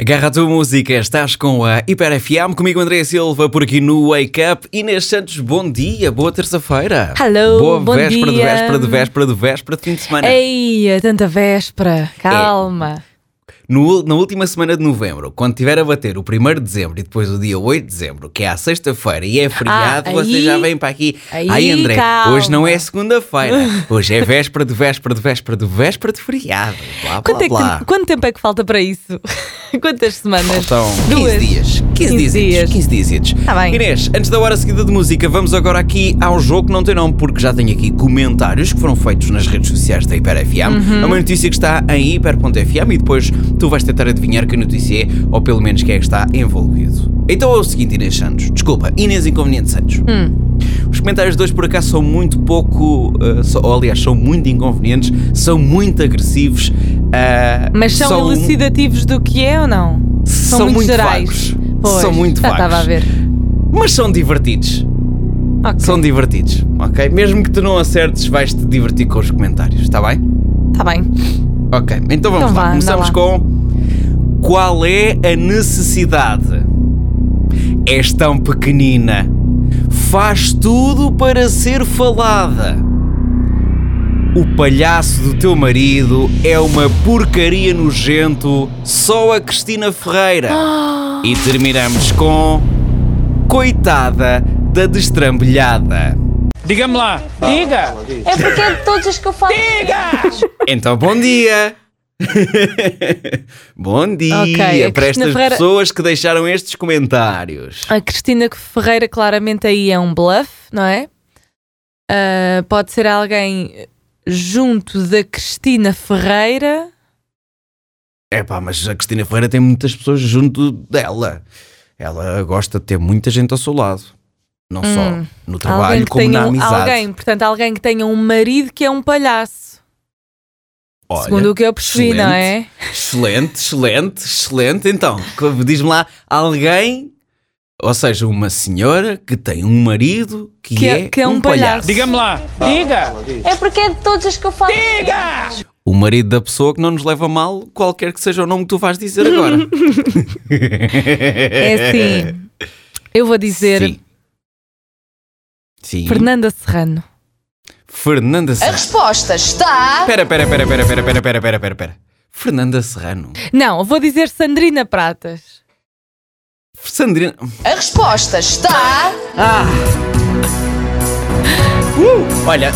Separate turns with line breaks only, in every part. Agarra a tua música, estás com a Hiper FM, comigo André Silva, por aqui no Wake Up. Inês Santos, bom dia, boa terça-feira.
Hello,
boa
bom
véspera de
dia.
véspera de véspera de véspera de fim de semana.
Ei, tanta véspera, calma.
É, No- na última semana de novembro, quando tiver a bater o 1 de dezembro e depois o dia 8 de dezembro, que é a sexta-feira e é feriado,
Ah, aí-
você já vem para aqui.
aí,
Ai, André,
calma.
hoje não é segunda-feira, hoje é véspera de véspera de véspera de véspera de feriado. Blá, blá,
Quanto, é que-
blá.
quanto tempo é que falta para isso? Quantas semanas?
Faltam 15
Duas.
dias. 15
15
dias.
dias.
15 dias.
Tá bem.
Inês, antes da hora seguida de música, vamos agora aqui ao jogo que não tem nome, porque já tenho aqui comentários que foram feitos nas redes sociais da Hiper FM.
Uhum.
É uma notícia que está em hiper.fm e depois tu vais tentar adivinhar que notícia é, ou pelo menos quem é que está envolvido. Então é o seguinte, Inês Santos. Desculpa, Inês Inconveniente Santos.
Hum.
Os comentários de hoje por acaso são muito pouco, eh, são- ou, aliás, são muito inconvenientes, são muito agressivos. ah,
Mas são
são-
elucidativos do que é ou não? São, muito, gerais.
vagos.
Pois,
são muito
já
vagos.
estava a ver.
Mas são divertidos.
Ok,
São divertidos, ok? Mesmo que tu não acertes, vais-te divertir com os comentários, está bem?
está tá bem.
Ok, então vamos
Então
lá.
vá,
Começamos
anda
com. Qual é a necessidade? És tão pequenina. Faz tudo para ser falada. O palhaço do teu marido é uma porcaria nojento, só a Cristina Ferreira. E terminamos com. Coitada da destrambelhada.
Diga-me lá. Diga.
É porque é de todas as que eu falo.
Então, bom dia! bom dia
Ok, a Cristina
para estas
Ferreira-
pessoas que deixaram estes comentários.
A Cristina Ferreira claramente aí é um bluff, não é? Ah, pode ser alguém junto da Cristina Ferreira.
É pá, mas a Cristina Ferreira tem muitas pessoas junto dela. Ela gosta de ter muita gente ao seu lado. Não
Hum.
só no trabalho,
que
como
tenha
na
um-
amizade.
Alguém, portanto, alguém que tenha um marido que é um palhaço.
Olha,
segundo o que eu percebi,
excelente.
não é?
Excelente, excelente, excelente. Então, co- diz-me lá, alguém, ou seja, uma senhora que tem um marido que,
Que é-
é,
que é um palhaço.
Diga-me lá. Diga.
É porque é de todas as que eu falo.
O marido da pessoa que não nos leva a mal, qualquer que seja o nome que tu vais dizer agora.
É assim. Eu vou dizer
Sim. Sim.
Fernanda Serrano.
Fernanda
A
Serrano.
resposta está.
Pera, pera, pera, pera, pera, pera, pera, pera, pera, pera. Fernanda Serrano.
Não, eu vou dizer Sandrina Pratas.
Sandrina.
A resposta está.
Uh, olha.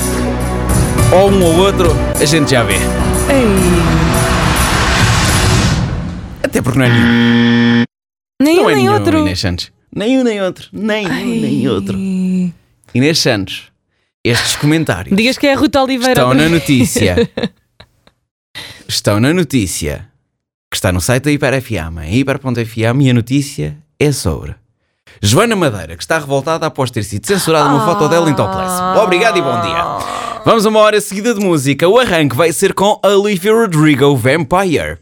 Ou um ou outro, a gente já vê.
Ei,
Até porque não é nenhum.
nem
Não
um
é
nem
nenhum,
outro.
Inês Santos. Nem um nem outro. Nem um nem outro.
Ei.
Inês Santos, estes comentários.
Digas que é a Ruta Oliveira.
Estão na notícia. Estão na notícia. Que está no site da Hiper FM, em hiper.fm, e a notícia é sobre. Joana Madeira, que está revoltada após ter sido censurada uma foto dela em topless. Obrigado e bom dia. Vamos a uma hora seguida de música. O arranque vai ser com Olivia Rodrigo Vampire.